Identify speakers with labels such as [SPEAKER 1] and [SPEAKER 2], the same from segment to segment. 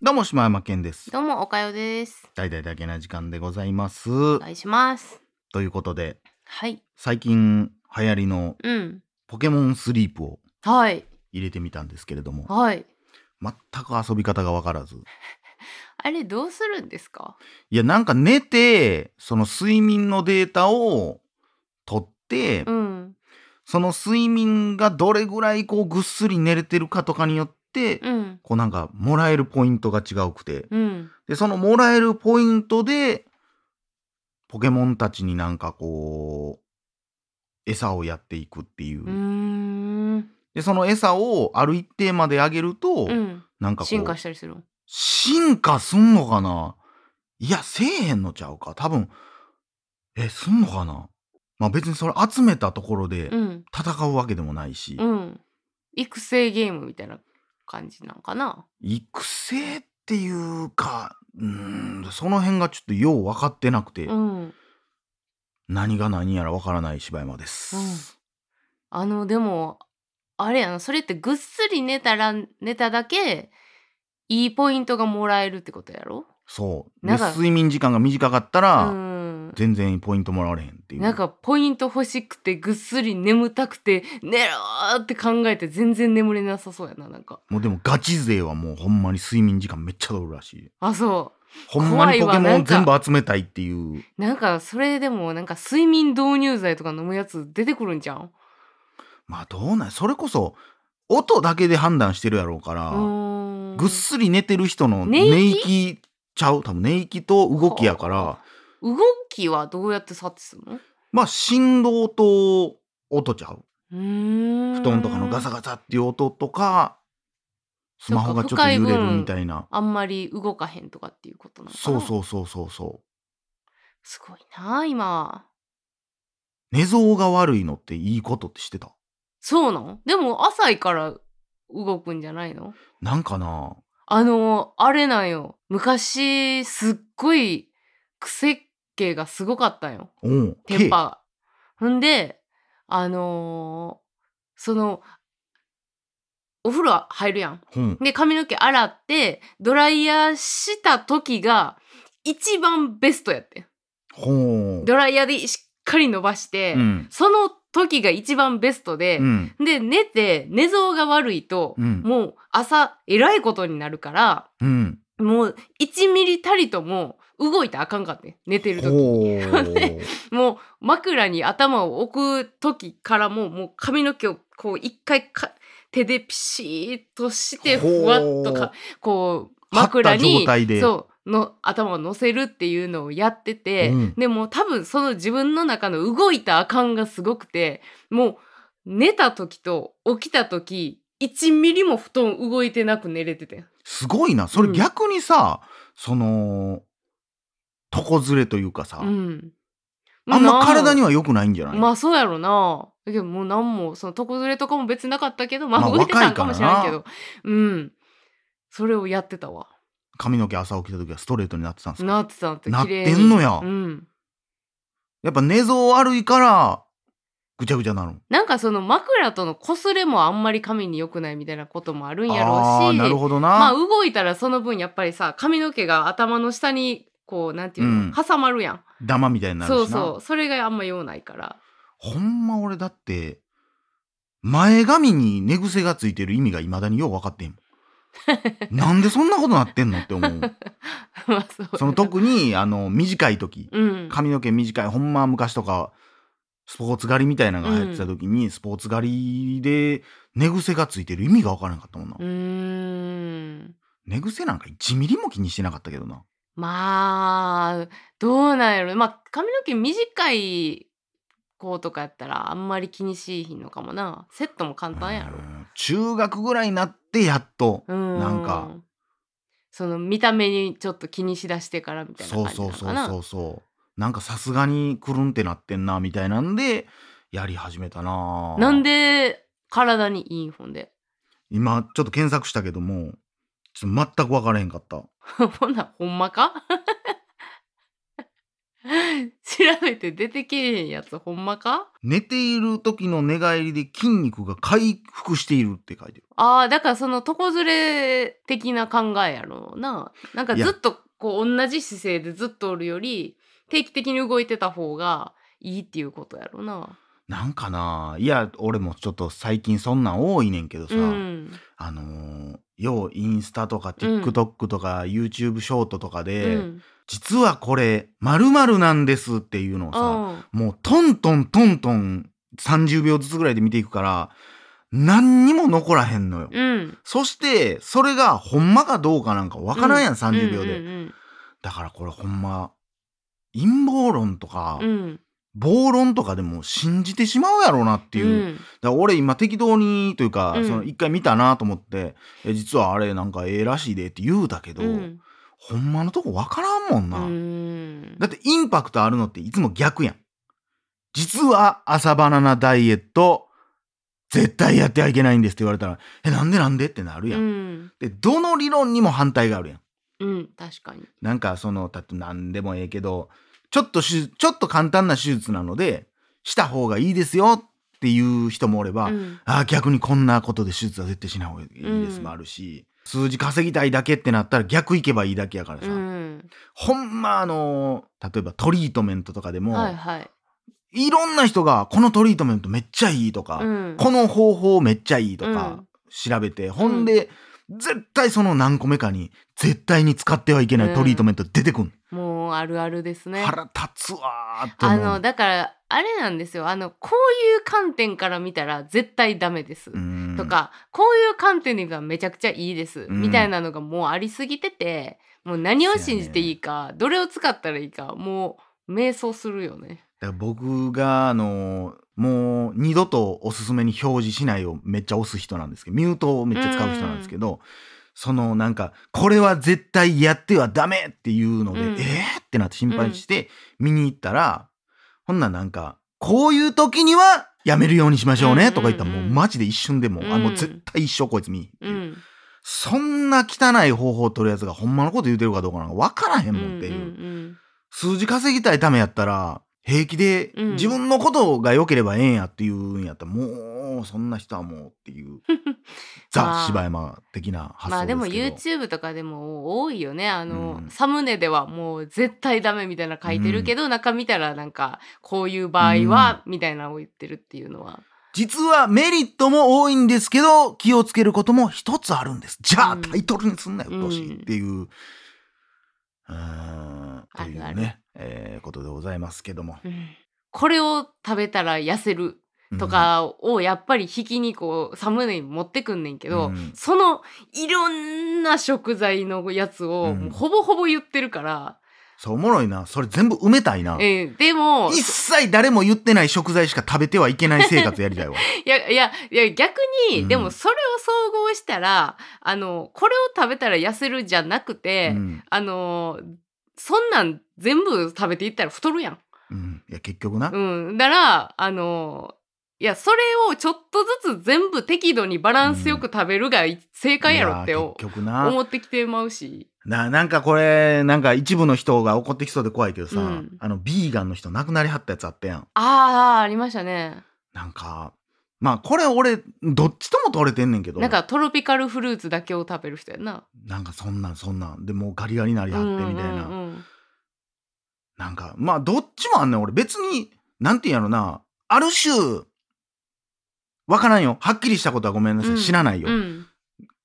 [SPEAKER 1] どうも、島山健です。
[SPEAKER 2] どうも、おかよです。
[SPEAKER 1] 大々だけな時間でございます。
[SPEAKER 2] お願いします。
[SPEAKER 1] ということで、
[SPEAKER 2] はい。
[SPEAKER 1] 最近流行りの
[SPEAKER 2] うん。
[SPEAKER 1] ポケモンスリープを
[SPEAKER 2] はい。
[SPEAKER 1] 入れてみたんですけれども、
[SPEAKER 2] はい。
[SPEAKER 1] 全く遊び方がわからず。
[SPEAKER 2] あれ、どうするんですか
[SPEAKER 1] いや、なんか寝て、その睡眠のデータを取って、
[SPEAKER 2] うん。
[SPEAKER 1] その睡眠がどれぐらいこうぐっすり寝れてるかとかによって、
[SPEAKER 2] うん。
[SPEAKER 1] こうなんかもらえるポイントが違うくて、
[SPEAKER 2] うん。
[SPEAKER 1] で、そのもらえるポイントで、ポケモンたちになんかこう、餌をやっていくっていう。
[SPEAKER 2] うーん。
[SPEAKER 1] で、その餌をある一定まで上げると、
[SPEAKER 2] うん。
[SPEAKER 1] なんかこう、
[SPEAKER 2] 進化したりするの
[SPEAKER 1] 進化すんのかないや、せえへんのちゃうか。多分、え、すんのかなまあ別にそれ集めたところで
[SPEAKER 2] うん。
[SPEAKER 1] 戦うわけでもないし、
[SPEAKER 2] うん。育成ゲームみたいな感じなんかな
[SPEAKER 1] 育成っていうか、うーん、その辺がちょっとよう分かってなくて、
[SPEAKER 2] うん。
[SPEAKER 1] 何が何やらわからない柴山です。
[SPEAKER 2] あの、でも、あれやな、それってぐっすり寝たら、寝ただけ、いいポイントがもらえるってことやろ
[SPEAKER 1] そう。
[SPEAKER 2] な
[SPEAKER 1] で
[SPEAKER 2] んか
[SPEAKER 1] 睡眠時間が短かったら、
[SPEAKER 2] うん。
[SPEAKER 1] 全然ポイントもらわれへんっていう。
[SPEAKER 2] なんかポイント欲しくてぐっすり眠たくて寝ろーって考えて全然眠れなさそうやななんか
[SPEAKER 1] もうでもガチ勢はもうほんまに睡眠時間めっちゃ取るらしい。
[SPEAKER 2] あそ
[SPEAKER 1] ほんまにポケ
[SPEAKER 2] 怖いわ
[SPEAKER 1] モ
[SPEAKER 2] な
[SPEAKER 1] ン
[SPEAKER 2] んか
[SPEAKER 1] 全部集めたいっていう。
[SPEAKER 2] うなんかそれでもなんか睡眠導入剤とか飲むやつ出てくるんじゃん
[SPEAKER 1] まあどうなんそれこそ音だけで判断してるやろうから、
[SPEAKER 2] うーん
[SPEAKER 1] ぐっすり寝てる人の
[SPEAKER 2] 寝息
[SPEAKER 1] 寝息ちゃう多分寝息と動きやから、
[SPEAKER 2] 動きはどうやって察知するの
[SPEAKER 1] まあ振動と音ちゃう。
[SPEAKER 2] うーん
[SPEAKER 1] 布団とかのガサガサっていう音とか、スマホがちょっと揺れるみたいな。
[SPEAKER 2] あんまり動かへんとかっていうことなのか
[SPEAKER 1] そ
[SPEAKER 2] な
[SPEAKER 1] うそうそうそうそう。
[SPEAKER 2] すごいな今
[SPEAKER 1] 寝相が悪いのっていいことって知ってた
[SPEAKER 2] そうなんでも浅いから動くんじゃないの
[SPEAKER 1] なんかな
[SPEAKER 2] あの、あれなんよ。昔、すっごい、癖っ気がすごかったんよ。
[SPEAKER 1] おう
[SPEAKER 2] テンパが。ほんで、あのーその、お風呂入るやん。
[SPEAKER 1] けうん
[SPEAKER 2] で、髪の毛洗って、ドライヤーした時が、一番ベストやってん。
[SPEAKER 1] ほう
[SPEAKER 2] ドライヤーでしっかり伸ばして、
[SPEAKER 1] うん
[SPEAKER 2] その時が一番ベストで
[SPEAKER 1] う、ん
[SPEAKER 2] で、寝て、寝相が悪いと、
[SPEAKER 1] うん
[SPEAKER 2] もう朝、えらいことになるから、
[SPEAKER 1] うん
[SPEAKER 2] もう1ミリたりとも動いたらあかんかって寝てる時
[SPEAKER 1] ほう
[SPEAKER 2] もう枕に頭を置く時からもうもう髪の毛をこう一回か手でピシッとして
[SPEAKER 1] ほう
[SPEAKER 2] ふわっとかこう
[SPEAKER 1] 張った
[SPEAKER 2] 枕
[SPEAKER 1] 状
[SPEAKER 2] に
[SPEAKER 1] 態で
[SPEAKER 2] そうの頭を乗せるっていうのをやってて、
[SPEAKER 1] うん
[SPEAKER 2] でも多分その自分の中の動いたあかんがすごくてもう寝た時と起きた時1ミリも布団動いてなく寝れててん
[SPEAKER 1] すごいなそれ
[SPEAKER 2] うん
[SPEAKER 1] 逆にさ、その床ずれというかさ、
[SPEAKER 2] うん。
[SPEAKER 1] あんま体に
[SPEAKER 2] は
[SPEAKER 1] は良くないんじゃない、
[SPEAKER 2] まあそうやろな。だけどもうなんも、その床ずれとかも別になかったけど、ま
[SPEAKER 1] まあ
[SPEAKER 2] あ動いてたんか
[SPEAKER 1] 若
[SPEAKER 2] も
[SPEAKER 1] い
[SPEAKER 2] し
[SPEAKER 1] から
[SPEAKER 2] れ
[SPEAKER 1] なん
[SPEAKER 2] けど。うん。それをやってたわ。
[SPEAKER 1] 髪の毛朝起きた時はストレートになってたんですか
[SPEAKER 2] なってたんって
[SPEAKER 1] なっ
[SPEAKER 2] 綺麗に
[SPEAKER 1] てんのや、
[SPEAKER 2] うん。
[SPEAKER 1] やっぱ寝相悪いからぐちゃぐちゃなの
[SPEAKER 2] なんかその枕との擦れもあんまり髪に良くないみたいなこともあるんや
[SPEAKER 1] あ
[SPEAKER 2] ろ
[SPEAKER 1] あ
[SPEAKER 2] うし、
[SPEAKER 1] なるほどな、
[SPEAKER 2] まあ動いたらその分やっぱりさ、髪の毛が頭の下にこう、なんていうの、
[SPEAKER 1] うん
[SPEAKER 2] 挟まるやん。
[SPEAKER 1] ダマみたいになるし
[SPEAKER 2] そ
[SPEAKER 1] な
[SPEAKER 2] うそう。それがあんま用ないから。
[SPEAKER 1] ほんま俺だって、前髪に寝癖がついてる意味が未だによう分かってん もん。なんでそんなことなってんのって思う。
[SPEAKER 2] まあそう。
[SPEAKER 1] その特に、あの、短い時、
[SPEAKER 2] うん。
[SPEAKER 1] 髪の毛短い、ほんま昔とか、スポーツ狩りみたいなのが流行ってた時に、スポーツ狩りで寝癖がついてる意味が分からなかったもんな。
[SPEAKER 2] うーん。
[SPEAKER 1] 寝癖なんか1ミリも気にしてなかったけどな。
[SPEAKER 2] まあどうなんやろまあ髪の毛短い子とかやったらあんまり気にしいひんのかもなセットも簡単やろ
[SPEAKER 1] うん中学ぐらいになってやっと、
[SPEAKER 2] うん
[SPEAKER 1] なんか
[SPEAKER 2] その見た目にちょっと気にしだしてからみたいな
[SPEAKER 1] そう
[SPEAKER 2] 感じな
[SPEAKER 1] そ
[SPEAKER 2] の
[SPEAKER 1] う
[SPEAKER 2] かな
[SPEAKER 1] そうそうそうなんかさすがにくるんってなってんなみたいなんでやり始めたな
[SPEAKER 2] なんで体にいいんほんで
[SPEAKER 1] 今ちょっと検索したけどもちょ っと全く分からへんかった
[SPEAKER 2] ほなほんまかべて出てけえへんやつほんまか
[SPEAKER 1] 寝ている時の寝返りで筋肉が回復しているって書いてる。
[SPEAKER 2] ああだからその床ずれ的な考えやろうななんかずっとこう同じ姿勢でずっとおるより定期的に動いてた方がいいっていうことやろうな
[SPEAKER 1] なんかないや俺もちょっと最近そんなん多いねんけどさ、
[SPEAKER 2] うん
[SPEAKER 1] あのーようインスタとか
[SPEAKER 2] うん
[SPEAKER 1] TikTok とか YouTube ショートとかで、
[SPEAKER 2] うん
[SPEAKER 1] 実はこれ〇〇なんですっていうのをさ、
[SPEAKER 2] うん
[SPEAKER 1] もうトントントントン30秒ずつぐらいで見ていくから何にも残らへんのよ。
[SPEAKER 2] うん
[SPEAKER 1] そしてそれがほんまかどうかなんかわからんやん、30秒で、
[SPEAKER 2] うんうん
[SPEAKER 1] だからこれほんま陰謀論とか、
[SPEAKER 2] うんうん、っ
[SPEAKER 1] 暴論とかでも信じてしまうやろうなっていう、だから俺今適当にというか、
[SPEAKER 2] うん
[SPEAKER 1] その一回見たなと思って「え実はあれなんかええらしいで」って言うだけど、
[SPEAKER 2] うん
[SPEAKER 1] ほんまのとこわからんもんな、
[SPEAKER 2] うん
[SPEAKER 1] だってインパクトあるのっていつも逆やん実は朝バナナダイエット絶対やってはいけないんですって言われたら「えなんでなんで?」ってなるやん、
[SPEAKER 2] うん
[SPEAKER 1] でどの理論にも反対があるやん
[SPEAKER 2] うん、確かに。
[SPEAKER 1] なんかその、たと何でもええけど、ちょっと手術、ちょっと簡単な手術なので、した方がいいですよっていう人もおれば、
[SPEAKER 2] うん
[SPEAKER 1] ああ、逆にこんなことで手術は絶対しない方がいいです
[SPEAKER 2] うん
[SPEAKER 1] もあるし、数字稼ぎたいだけってなったら逆行けばいいだけやからさ、
[SPEAKER 2] うん、
[SPEAKER 1] ほんまあの、例えばトリートメントとかでも、
[SPEAKER 2] はいはい。
[SPEAKER 1] い、ろんな人がこのトリートメントめっちゃいいとか、
[SPEAKER 2] うん
[SPEAKER 1] この方法めっちゃいいと
[SPEAKER 2] う
[SPEAKER 1] か
[SPEAKER 2] ん
[SPEAKER 1] 調べて、ほんで、絶対その何個目かに絶対に使ってはいけないトリートメント出てくんの
[SPEAKER 2] もうあるあるですね。
[SPEAKER 1] 腹立つわーって
[SPEAKER 2] あ
[SPEAKER 1] 思う
[SPEAKER 2] のだからあれなんですよあのこういう観点から見たら絶対ダメです、
[SPEAKER 1] うん
[SPEAKER 2] とかこういう観点でがめちゃくちゃいいです、
[SPEAKER 1] うん
[SPEAKER 2] みたいなのがもうありすぎててもう何を信じていいか、どれを使ったらいいかもう迷走するよね。
[SPEAKER 1] だから僕があのーもう二度とおすすめに表示しないをめっちゃ押す人なんですけどミュートをめっちゃ使う人なんですけど、そのなんかこれは絶対やってはダメっていうので、
[SPEAKER 2] うん
[SPEAKER 1] えー、ってなって心配して見に行ったら、ほんなんなんかこういう時にはやめるようにしましょうねとか言ったら
[SPEAKER 2] うん
[SPEAKER 1] も
[SPEAKER 2] うん
[SPEAKER 1] う
[SPEAKER 2] うん
[SPEAKER 1] マジで一瞬でもう,、あ
[SPEAKER 2] うん
[SPEAKER 1] もう絶対一生こいつ見に行って
[SPEAKER 2] う
[SPEAKER 1] いう、
[SPEAKER 2] ん、
[SPEAKER 1] そんな汚い方法を取るやつがほんまのこと言うてるかどうかなんか分からへんもんっていう。
[SPEAKER 2] うんうん
[SPEAKER 1] 数字稼ぎたいためやったら平気で
[SPEAKER 2] うん
[SPEAKER 1] 自分のことが良ければええんやっていうんやったら、もうそんな人はもうって いう
[SPEAKER 2] ま
[SPEAKER 1] ザ
[SPEAKER 2] あ
[SPEAKER 1] 柴山的な
[SPEAKER 2] うん
[SPEAKER 1] 発
[SPEAKER 2] ま
[SPEAKER 1] 想
[SPEAKER 2] あ
[SPEAKER 1] で
[SPEAKER 2] です
[SPEAKER 1] けど、
[SPEAKER 2] も YouTube とかでも多いよねあの、
[SPEAKER 1] うん
[SPEAKER 2] サムネではもう絶対ダメみたいなの書いてるけど、中見たらなんかこういう場合は、みたいなのを言ってるっていうのは
[SPEAKER 1] 実はメリットも多いんですけど気をつけることも一つあるんですじゃあ、
[SPEAKER 2] うん
[SPEAKER 1] タイトルにすんなよ
[SPEAKER 2] うん
[SPEAKER 1] どうしっていううーんというね
[SPEAKER 2] あるあ
[SPEAKER 1] えーことでございますけども、
[SPEAKER 2] これを食べたら痩せるとかをやっぱり引きにこうサムネに持ってくんねんけど、
[SPEAKER 1] うん
[SPEAKER 2] そのいろんな食材のやつをもうほぼほぼ言ってるから、
[SPEAKER 1] そうおもろいなそれ全部埋めたいな
[SPEAKER 2] えーでも
[SPEAKER 1] 一切誰も言ってない食材しか食べてはいけない生活やりたいわ
[SPEAKER 2] いやいやいや逆に、
[SPEAKER 1] うん
[SPEAKER 2] でもそれを総合したらあのこれを食べたら痩せるじゃなくて、
[SPEAKER 1] うん
[SPEAKER 2] あのそんなん全部食べていったら太るやん。
[SPEAKER 1] うん、いや結局な、
[SPEAKER 2] うん、だからあのいやそれをちょっとずつ全部適度にバランスよく食べるがい正解やろって
[SPEAKER 1] いや
[SPEAKER 2] お
[SPEAKER 1] 結局な
[SPEAKER 2] 思ってきてまうし
[SPEAKER 1] ななんかこれなんか一部の人が怒ってきそうで怖いけどさ、
[SPEAKER 2] うん
[SPEAKER 1] あのビーガンの人亡くなりはったやつあったやん
[SPEAKER 2] ああありましたね
[SPEAKER 1] なんかまあこれ俺どっちとも取れてんねんけど
[SPEAKER 2] なんかトロピカルフルーツだけを食べる人やな
[SPEAKER 1] なんかそんなんそんなんでもうガリガリなりはってみたいな、
[SPEAKER 2] うんうんうん
[SPEAKER 1] なんかまあどっちもあんねん俺別になんて言うんやろなある種わからんよはっきりしたことはごめんなさい、
[SPEAKER 2] うん
[SPEAKER 1] 知らないよ、
[SPEAKER 2] うん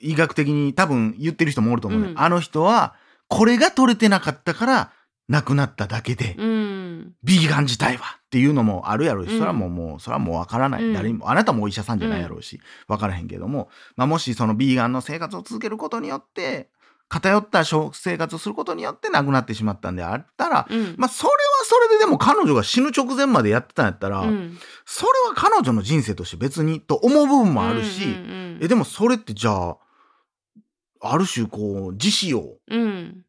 [SPEAKER 1] 医学的に多分言ってる人もおると思うね、
[SPEAKER 2] うん
[SPEAKER 1] あの人はこれが取れてなかったから亡くなっただけで、
[SPEAKER 2] うん
[SPEAKER 1] ビーガン自体はっていうのもあるやろうし、
[SPEAKER 2] うん
[SPEAKER 1] それはもうもうそれはもう分からない、
[SPEAKER 2] うん
[SPEAKER 1] 誰にもあなたもお医者さんじゃないやろうし分からへんけども、まあ、もしそのビーガンの生活を続けることによって偏った食生活をすることによって亡くなってしまったんであったら、
[SPEAKER 2] うん
[SPEAKER 1] まあ、それはそれででも彼女が死ぬ直前までやってたんやったら、
[SPEAKER 2] うん
[SPEAKER 1] それは彼女の人生として別にと思う部分もあるし、
[SPEAKER 2] うんうん
[SPEAKER 1] えでもそれってじゃあある種こう自死を
[SPEAKER 2] うん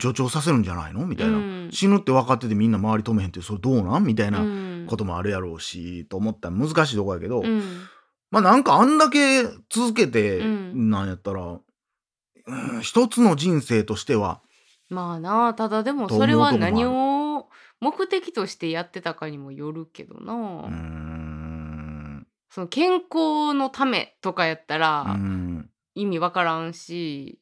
[SPEAKER 1] 助長させるんじゃないのみたいな、
[SPEAKER 2] うん
[SPEAKER 1] 死ぬって分かっててみんな周り止めへんってそれどうなんみたいな
[SPEAKER 2] うん
[SPEAKER 1] こともあるやろうし、と思ったら難しいとこやけど、
[SPEAKER 2] うん
[SPEAKER 1] まあなんかあんだけ続けて
[SPEAKER 2] うん
[SPEAKER 1] なんやったら、うん一つの人生としては
[SPEAKER 2] まあなあただでも
[SPEAKER 1] と思
[SPEAKER 2] そうれ
[SPEAKER 1] とこもあ
[SPEAKER 2] は
[SPEAKER 1] る
[SPEAKER 2] 何を目的としてやってたかにもよるけどな、
[SPEAKER 1] うーん
[SPEAKER 2] その健康のためとかやった
[SPEAKER 1] う
[SPEAKER 2] ら
[SPEAKER 1] ん
[SPEAKER 2] 意味わからんし、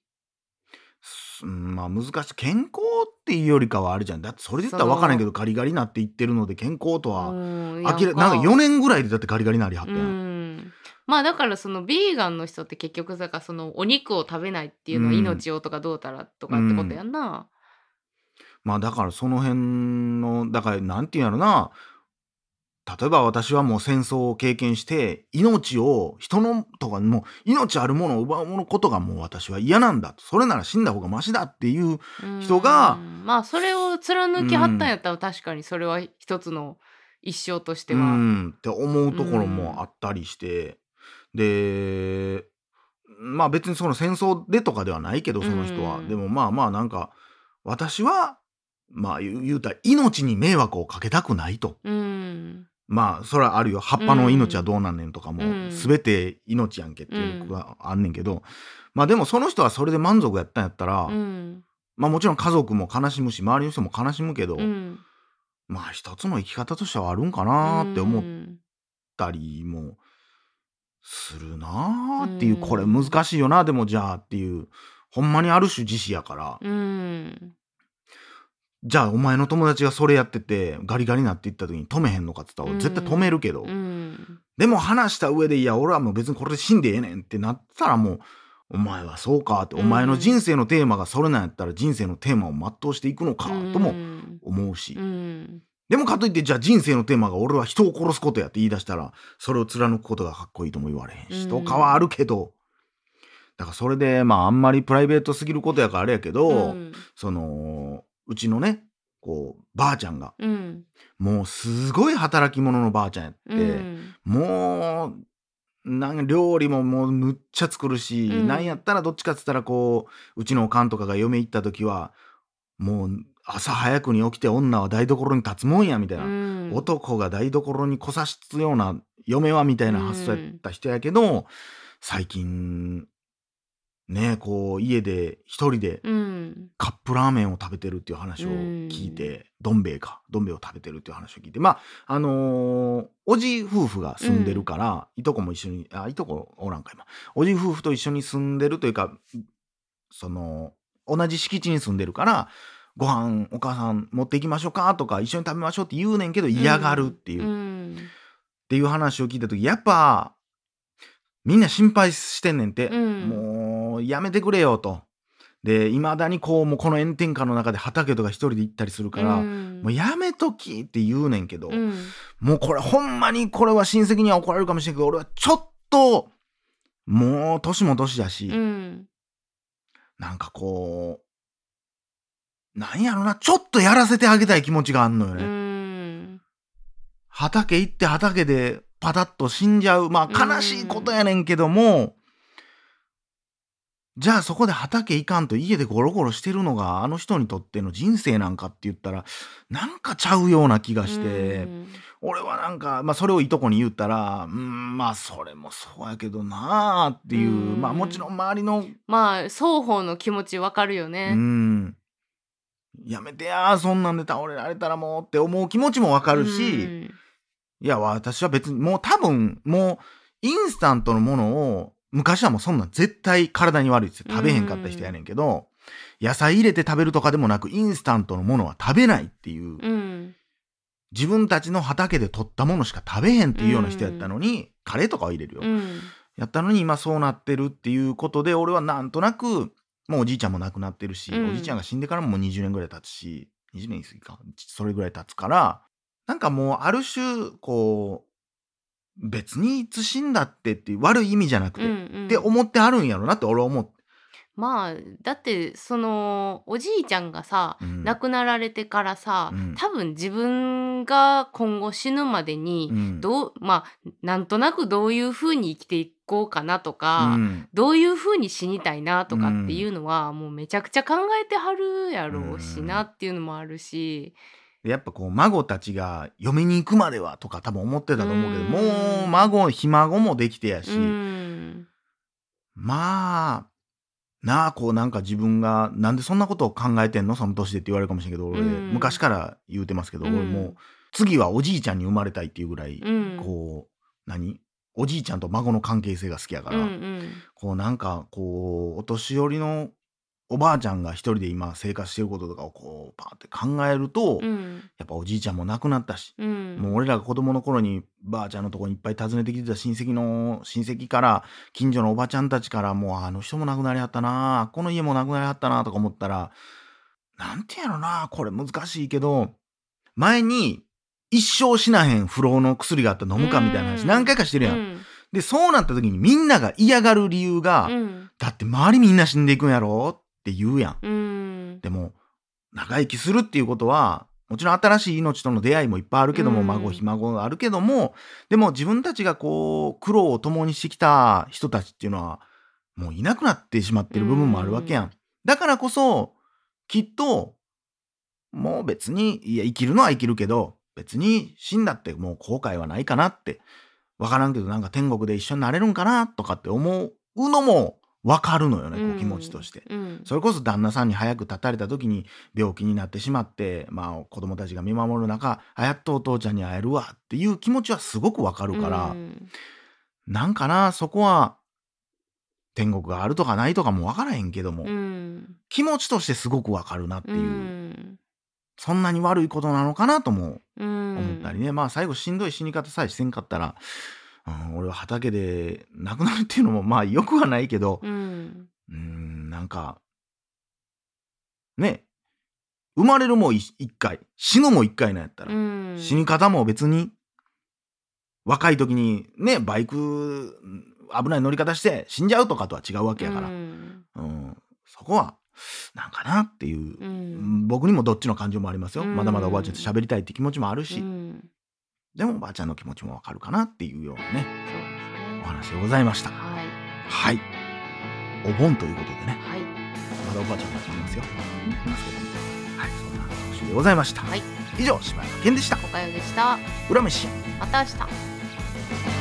[SPEAKER 1] すまあ難しい健康っていうよりかはあれじゃんだってそれで言ったら分からんけどガリガリなって言ってるので健康とは
[SPEAKER 2] うん
[SPEAKER 1] あきらなんか4年ぐらいでだってガリガリなりはった
[SPEAKER 2] う
[SPEAKER 1] やん
[SPEAKER 2] んまあだからそのビーガンの人って結局だからそのお肉を食べないっていうのは
[SPEAKER 1] うん
[SPEAKER 2] 命をとかどうたらとかってことやんな、
[SPEAKER 1] まあだからその辺のだからなんていうんやろな例えば私はもう戦争を経験して命を人のとかもう命あるものを奪うものことがもう私は嫌なんだとそれなら死んだ方がマシだっていう
[SPEAKER 2] うん
[SPEAKER 1] 人が
[SPEAKER 2] まあそれを貫きはったんやったら確かにそれは一つの一生として
[SPEAKER 1] う
[SPEAKER 2] は、
[SPEAKER 1] んって思うところもあったりして、でまあ別にその戦争でとかではないけどその人は、
[SPEAKER 2] うん
[SPEAKER 1] でもまあまあなんか私はまあ言う言うたら命に迷惑をかけたくないと
[SPEAKER 2] うん
[SPEAKER 1] まあそれはあるよ葉っぱの命はどうなんねんとかも、
[SPEAKER 2] うん
[SPEAKER 1] 全て命やんけっていうのがあんねんけど、まあでもその人はそれで満足やったんやったら、
[SPEAKER 2] うん
[SPEAKER 1] まあもちろん家族も悲しむし周りの人も悲しむけど、
[SPEAKER 2] うん
[SPEAKER 1] まあ一つの生き方としてはあるんかなーって思っ
[SPEAKER 2] う
[SPEAKER 1] っ
[SPEAKER 2] ん
[SPEAKER 1] たりもするなーっていう、
[SPEAKER 2] うん
[SPEAKER 1] これ難しいよなでもじゃあっていうほんまにある種自死やから、
[SPEAKER 2] うん
[SPEAKER 1] じゃあお前の友達がそれやっててガリガリなっていった時に止めへんのかって言ったら
[SPEAKER 2] うん
[SPEAKER 1] 俺絶対止めるけど、
[SPEAKER 2] うん
[SPEAKER 1] でも話した上でいや俺はもう別にこれで死んでええねんってなったらもうお前はそうかって、お
[SPEAKER 2] うん
[SPEAKER 1] 前の人生のテーマがそれなんやったら人生のテーマを全うしていくのかと
[SPEAKER 2] う
[SPEAKER 1] も
[SPEAKER 2] ん
[SPEAKER 1] 思うし、
[SPEAKER 2] うん
[SPEAKER 1] でもかといってじゃあ人生のテーマが俺は人を殺すことやって言い出したらそれを貫くことがかっこいいとも言われへんし
[SPEAKER 2] う
[SPEAKER 1] と
[SPEAKER 2] ん
[SPEAKER 1] かはあるけどだからそれでまああんまりプライベートすぎることやからあれやけど、
[SPEAKER 2] うん
[SPEAKER 1] そのうちのねこうばあちゃんが
[SPEAKER 2] うん
[SPEAKER 1] もうすごい働き者のばあちゃんやって、
[SPEAKER 2] うん
[SPEAKER 1] もうなんか料理ももうむっちゃ作るし、
[SPEAKER 2] うん
[SPEAKER 1] なんやったらどっちかっつったらこううちのおかんとかが嫁行った時はもう朝早くに起きて女は台所に立つもんやみたいな。
[SPEAKER 2] うん
[SPEAKER 1] 男が台所に来さしつような嫁はみたいな発想やった人やけど、最近ねこう家で一人で
[SPEAKER 2] うん
[SPEAKER 1] カップラーメンを食べてるっていう話を聞いてどん兵衛かどん兵衛を食べてるっていう話を聞いてまああのーおじ夫婦が住んでるから、いとこも一緒にあいとこおらんか今おじ夫婦と一緒に住んでるというかその同じ敷地に住んでるからご飯お母さん持っていきましょうかとか一緒に食べましょうって言うねんけど嫌がるっていう、
[SPEAKER 2] う
[SPEAKER 1] っ
[SPEAKER 2] ん
[SPEAKER 1] ていう話を聞いた時やっぱみんな心配してんねんて、
[SPEAKER 2] うん
[SPEAKER 1] もうやめてくれよと。でいまだにこうもうこの炎天下の中で畑とか一人で行ったりするから、
[SPEAKER 2] うん
[SPEAKER 1] もうやめときって言うねんけど、
[SPEAKER 2] うん
[SPEAKER 1] もうこれほんまにこれは親戚には怒られるかもしれんけど俺はちょっともう年も年だし、
[SPEAKER 2] うん
[SPEAKER 1] なんかこうなんやろなちょっとやらせてあげたい気持ちがあんのよ
[SPEAKER 2] う
[SPEAKER 1] ね。
[SPEAKER 2] ん
[SPEAKER 1] 畑行って畑でパタッと死んじゃうまあ悲しいことやねんけども、じゃあそこで畑行かんと家でゴロゴロしてるのがあの人にとっての人生なんかって言ったらなんかちゃうような気がして、
[SPEAKER 2] うん
[SPEAKER 1] 俺はなんか、まあ、それをいとこに言ったらうんまあそれもそうやけどなあっていう、
[SPEAKER 2] うん
[SPEAKER 1] まあもちろん周りの
[SPEAKER 2] まあ双方の気持ちわかるよね。
[SPEAKER 1] うんやめてやそんなんで倒れられたらもうって思う気持ちもわかるし。
[SPEAKER 2] うん
[SPEAKER 1] いや、私は別に、もう多分、もう、インスタントのものを、昔はもうそんなん絶対体に悪いっつって食べへんかった人やねんけど、野菜入れて食べるとかでもなく、インスタントのものは食べないっていう、
[SPEAKER 2] うん
[SPEAKER 1] 自分たちの畑で取ったものしか食べへんっていうような人やったのに、カレーとかは入れるよ。
[SPEAKER 2] うん
[SPEAKER 1] やったのに今そうなってるっていうことで、俺はなんとなく、もうおじいちゃんも亡くなってるし、
[SPEAKER 2] うん
[SPEAKER 1] おじいちゃんが死んでからももう20年ぐらい経つし、20年過ぎか、それぐらい経つから、なんかもうある種、こう、別にいつ死んだってっていう悪い意味じゃなく
[SPEAKER 2] う
[SPEAKER 1] て、っ
[SPEAKER 2] んうん
[SPEAKER 1] て思ってあるんやろなって俺は思う。
[SPEAKER 2] まあだってそのおじいちゃんがさ
[SPEAKER 1] うん
[SPEAKER 2] 亡くなられてからさ、
[SPEAKER 1] うん
[SPEAKER 2] 多分自分が今後死ぬまでに
[SPEAKER 1] うん
[SPEAKER 2] どう、まあなんとなくどういうふうに生きていこうかなとか、
[SPEAKER 1] うん
[SPEAKER 2] どういうふうに死にたいなとかっていうのは、もうめちゃくちゃ考えてはるやろうしなっていうのもあるし、
[SPEAKER 1] でやっぱこう孫たちが嫁に行くまではとか多分思ってたと思うけど、
[SPEAKER 2] うん
[SPEAKER 1] もう孫ひ孫もできてやし、
[SPEAKER 2] うん
[SPEAKER 1] まあなあこうなんか自分がなんでそんなことを考えてんのその年でって言われるかもしれんけど俺、
[SPEAKER 2] うん
[SPEAKER 1] 昔から言うてますけど、
[SPEAKER 2] うん
[SPEAKER 1] 俺もう次はおじいちゃんに生まれたいっていうぐらい、
[SPEAKER 2] うん
[SPEAKER 1] こう何おじいちゃんと孫の関係性が好きやから、
[SPEAKER 2] うんうん
[SPEAKER 1] こうなんかこうお年寄りのおばあちゃんが一人で今生活してることとかをこうパーって考えると、
[SPEAKER 2] う
[SPEAKER 1] や
[SPEAKER 2] ん
[SPEAKER 1] っぱおじいちゃんも亡くなったし、
[SPEAKER 2] うん
[SPEAKER 1] もう俺らが子供の頃にばあちゃんのとこにいっぱい訪ねてきてた親戚の親戚から近所のおばちゃんたちからもうあの人も亡くなりはったなあこの家も亡くなりはったなとか思ったらなんてやろなこれ難しいけど前に一生死なへん不老の薬があったら飲むかみたいな
[SPEAKER 2] う
[SPEAKER 1] 話
[SPEAKER 2] ん
[SPEAKER 1] 何回かしてるやん。
[SPEAKER 2] うん
[SPEAKER 1] でそうなった時にみんなが嫌がる理由が、
[SPEAKER 2] うん
[SPEAKER 1] だって周りみんな死んでいくんやろって言うやん。
[SPEAKER 2] うん
[SPEAKER 1] でも長生きするっていうことはもちろん新しい命との出会いもいっぱいあるけども、
[SPEAKER 2] うん
[SPEAKER 1] 孫ひ孫があるけどもでも自分たちがこう苦労を共にしてきた人たちっていうのはもういなくなってしまってる部分もあるわけやん。だからこそきっともう別にいや生きるのは生きるけど別に死んだってもう後悔はないかなって分からんけどなんか天国で一緒になれるんかなとかって思うのも分かるのよね、こう気持ちとして。
[SPEAKER 2] うん
[SPEAKER 1] それこそ旦那さんに早く立たれた時に病気になってしまって、まあ、子供たちが見守る中あやっとお父ちゃんに会えるわっていう気持ちはすごくわかるから、
[SPEAKER 2] うん
[SPEAKER 1] なんかなそこは天国があるとかないとかもわからへんけども、
[SPEAKER 2] うん
[SPEAKER 1] 気持ちとしてすごくわかるなって
[SPEAKER 2] う
[SPEAKER 1] いう、
[SPEAKER 2] ん
[SPEAKER 1] そんなに悪いことなのかなとも
[SPEAKER 2] うん
[SPEAKER 1] 思ったりね、まあ最後しんどい死に方さえしてんかったら、うん、俺は畑で亡くなるっていうのもまあよくはないけど、
[SPEAKER 2] うん
[SPEAKER 1] うーん、なんか、ね、生まれるもい一回、死ぬも一回なんやったら、
[SPEAKER 2] うん
[SPEAKER 1] 死に方も別に、若い時にね、バイク、うん危ない乗り方して死んじゃうとかとは違うわけやから、
[SPEAKER 2] う
[SPEAKER 1] うん、
[SPEAKER 2] ん
[SPEAKER 1] そこは、なんかなっていう、
[SPEAKER 2] うん
[SPEAKER 1] 僕にもどっちの感情もありますよ。
[SPEAKER 2] うん
[SPEAKER 1] まだまだおばあちゃんと喋りたいって気持ちもあるし、
[SPEAKER 2] うん
[SPEAKER 1] でもおばあちゃんの気持ちもわかるかなっていうようなね、
[SPEAKER 2] そうです
[SPEAKER 1] お
[SPEAKER 2] ね
[SPEAKER 1] 話でございました。
[SPEAKER 2] はい
[SPEAKER 1] はい。お盆ということでね。
[SPEAKER 2] はい
[SPEAKER 1] まだおばあちゃんが聞いてますよ。聞いてますけども。はい、そんな特集でございました。
[SPEAKER 2] はい
[SPEAKER 1] 以上、柴山健でした。
[SPEAKER 2] おかよでした
[SPEAKER 1] 裏飯。
[SPEAKER 2] また明日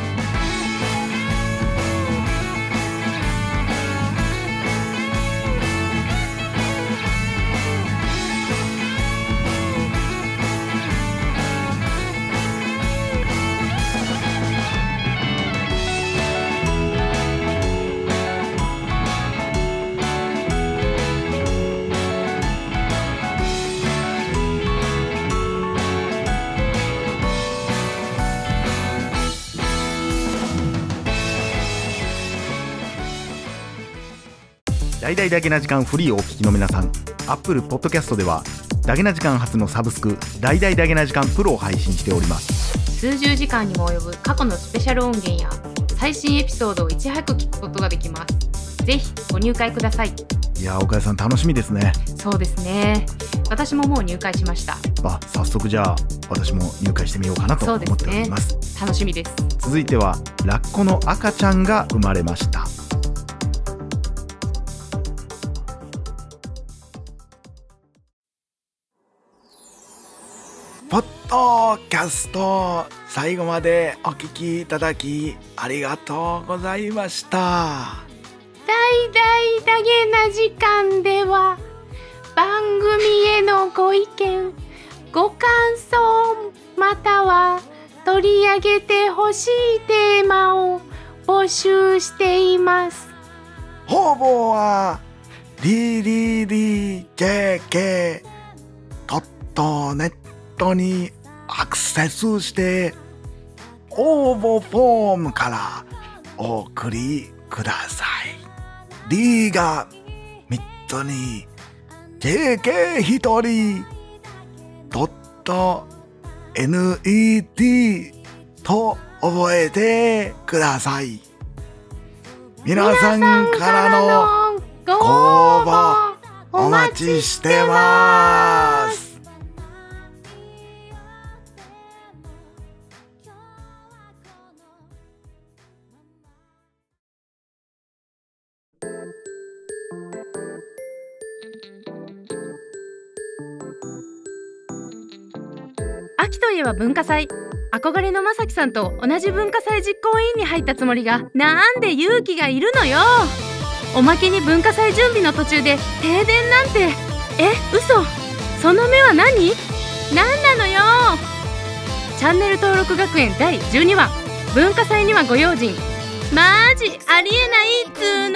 [SPEAKER 1] 大々だけな時間フリーをお聞きの皆さん、Apple Podcast では、だけな時間初のサブスク、大々だけな時間プロを配信しております。
[SPEAKER 2] 数十時間にも及ぶ過去のスペシャル音源や最新エピソードをいち早く聞くことができますぜひご入会ください
[SPEAKER 1] いやー、岡谷さん楽しみですね。
[SPEAKER 2] そうですね私ももう入会しました
[SPEAKER 1] あ、早速じゃあ、私も入会してみようかなと
[SPEAKER 2] そ
[SPEAKER 1] 思
[SPEAKER 2] う
[SPEAKER 1] っ
[SPEAKER 2] で
[SPEAKER 1] て
[SPEAKER 2] すね
[SPEAKER 1] おります。
[SPEAKER 2] 楽しみです
[SPEAKER 1] 続いては、ラッコの赤ちゃんが生まれました。ポッドキャスト最後までお聞きいただきありがとうございました
[SPEAKER 2] 大々だげな時間では番組へのご意見ご感想または取り上げてほしいテーマを募集しています
[SPEAKER 1] 方々は DDDJK トットネットにアクセスして応募フォームからお送りください D が3つに JK1 人トット NET と覚えてください皆さんからの
[SPEAKER 2] ご
[SPEAKER 1] 応
[SPEAKER 2] 応
[SPEAKER 1] 募
[SPEAKER 2] 募
[SPEAKER 1] お待ちしてます
[SPEAKER 3] 秋といえば文化祭憧れのまさきさんと同じ文化祭実行委員に入ったつもりがなんで勇気がいるのよ
[SPEAKER 2] おまけに文化祭準備の途中で停電なんてえ嘘その目は何何なのよチャンネル登録学園第12話文化祭にはご用心マジありえないっつーの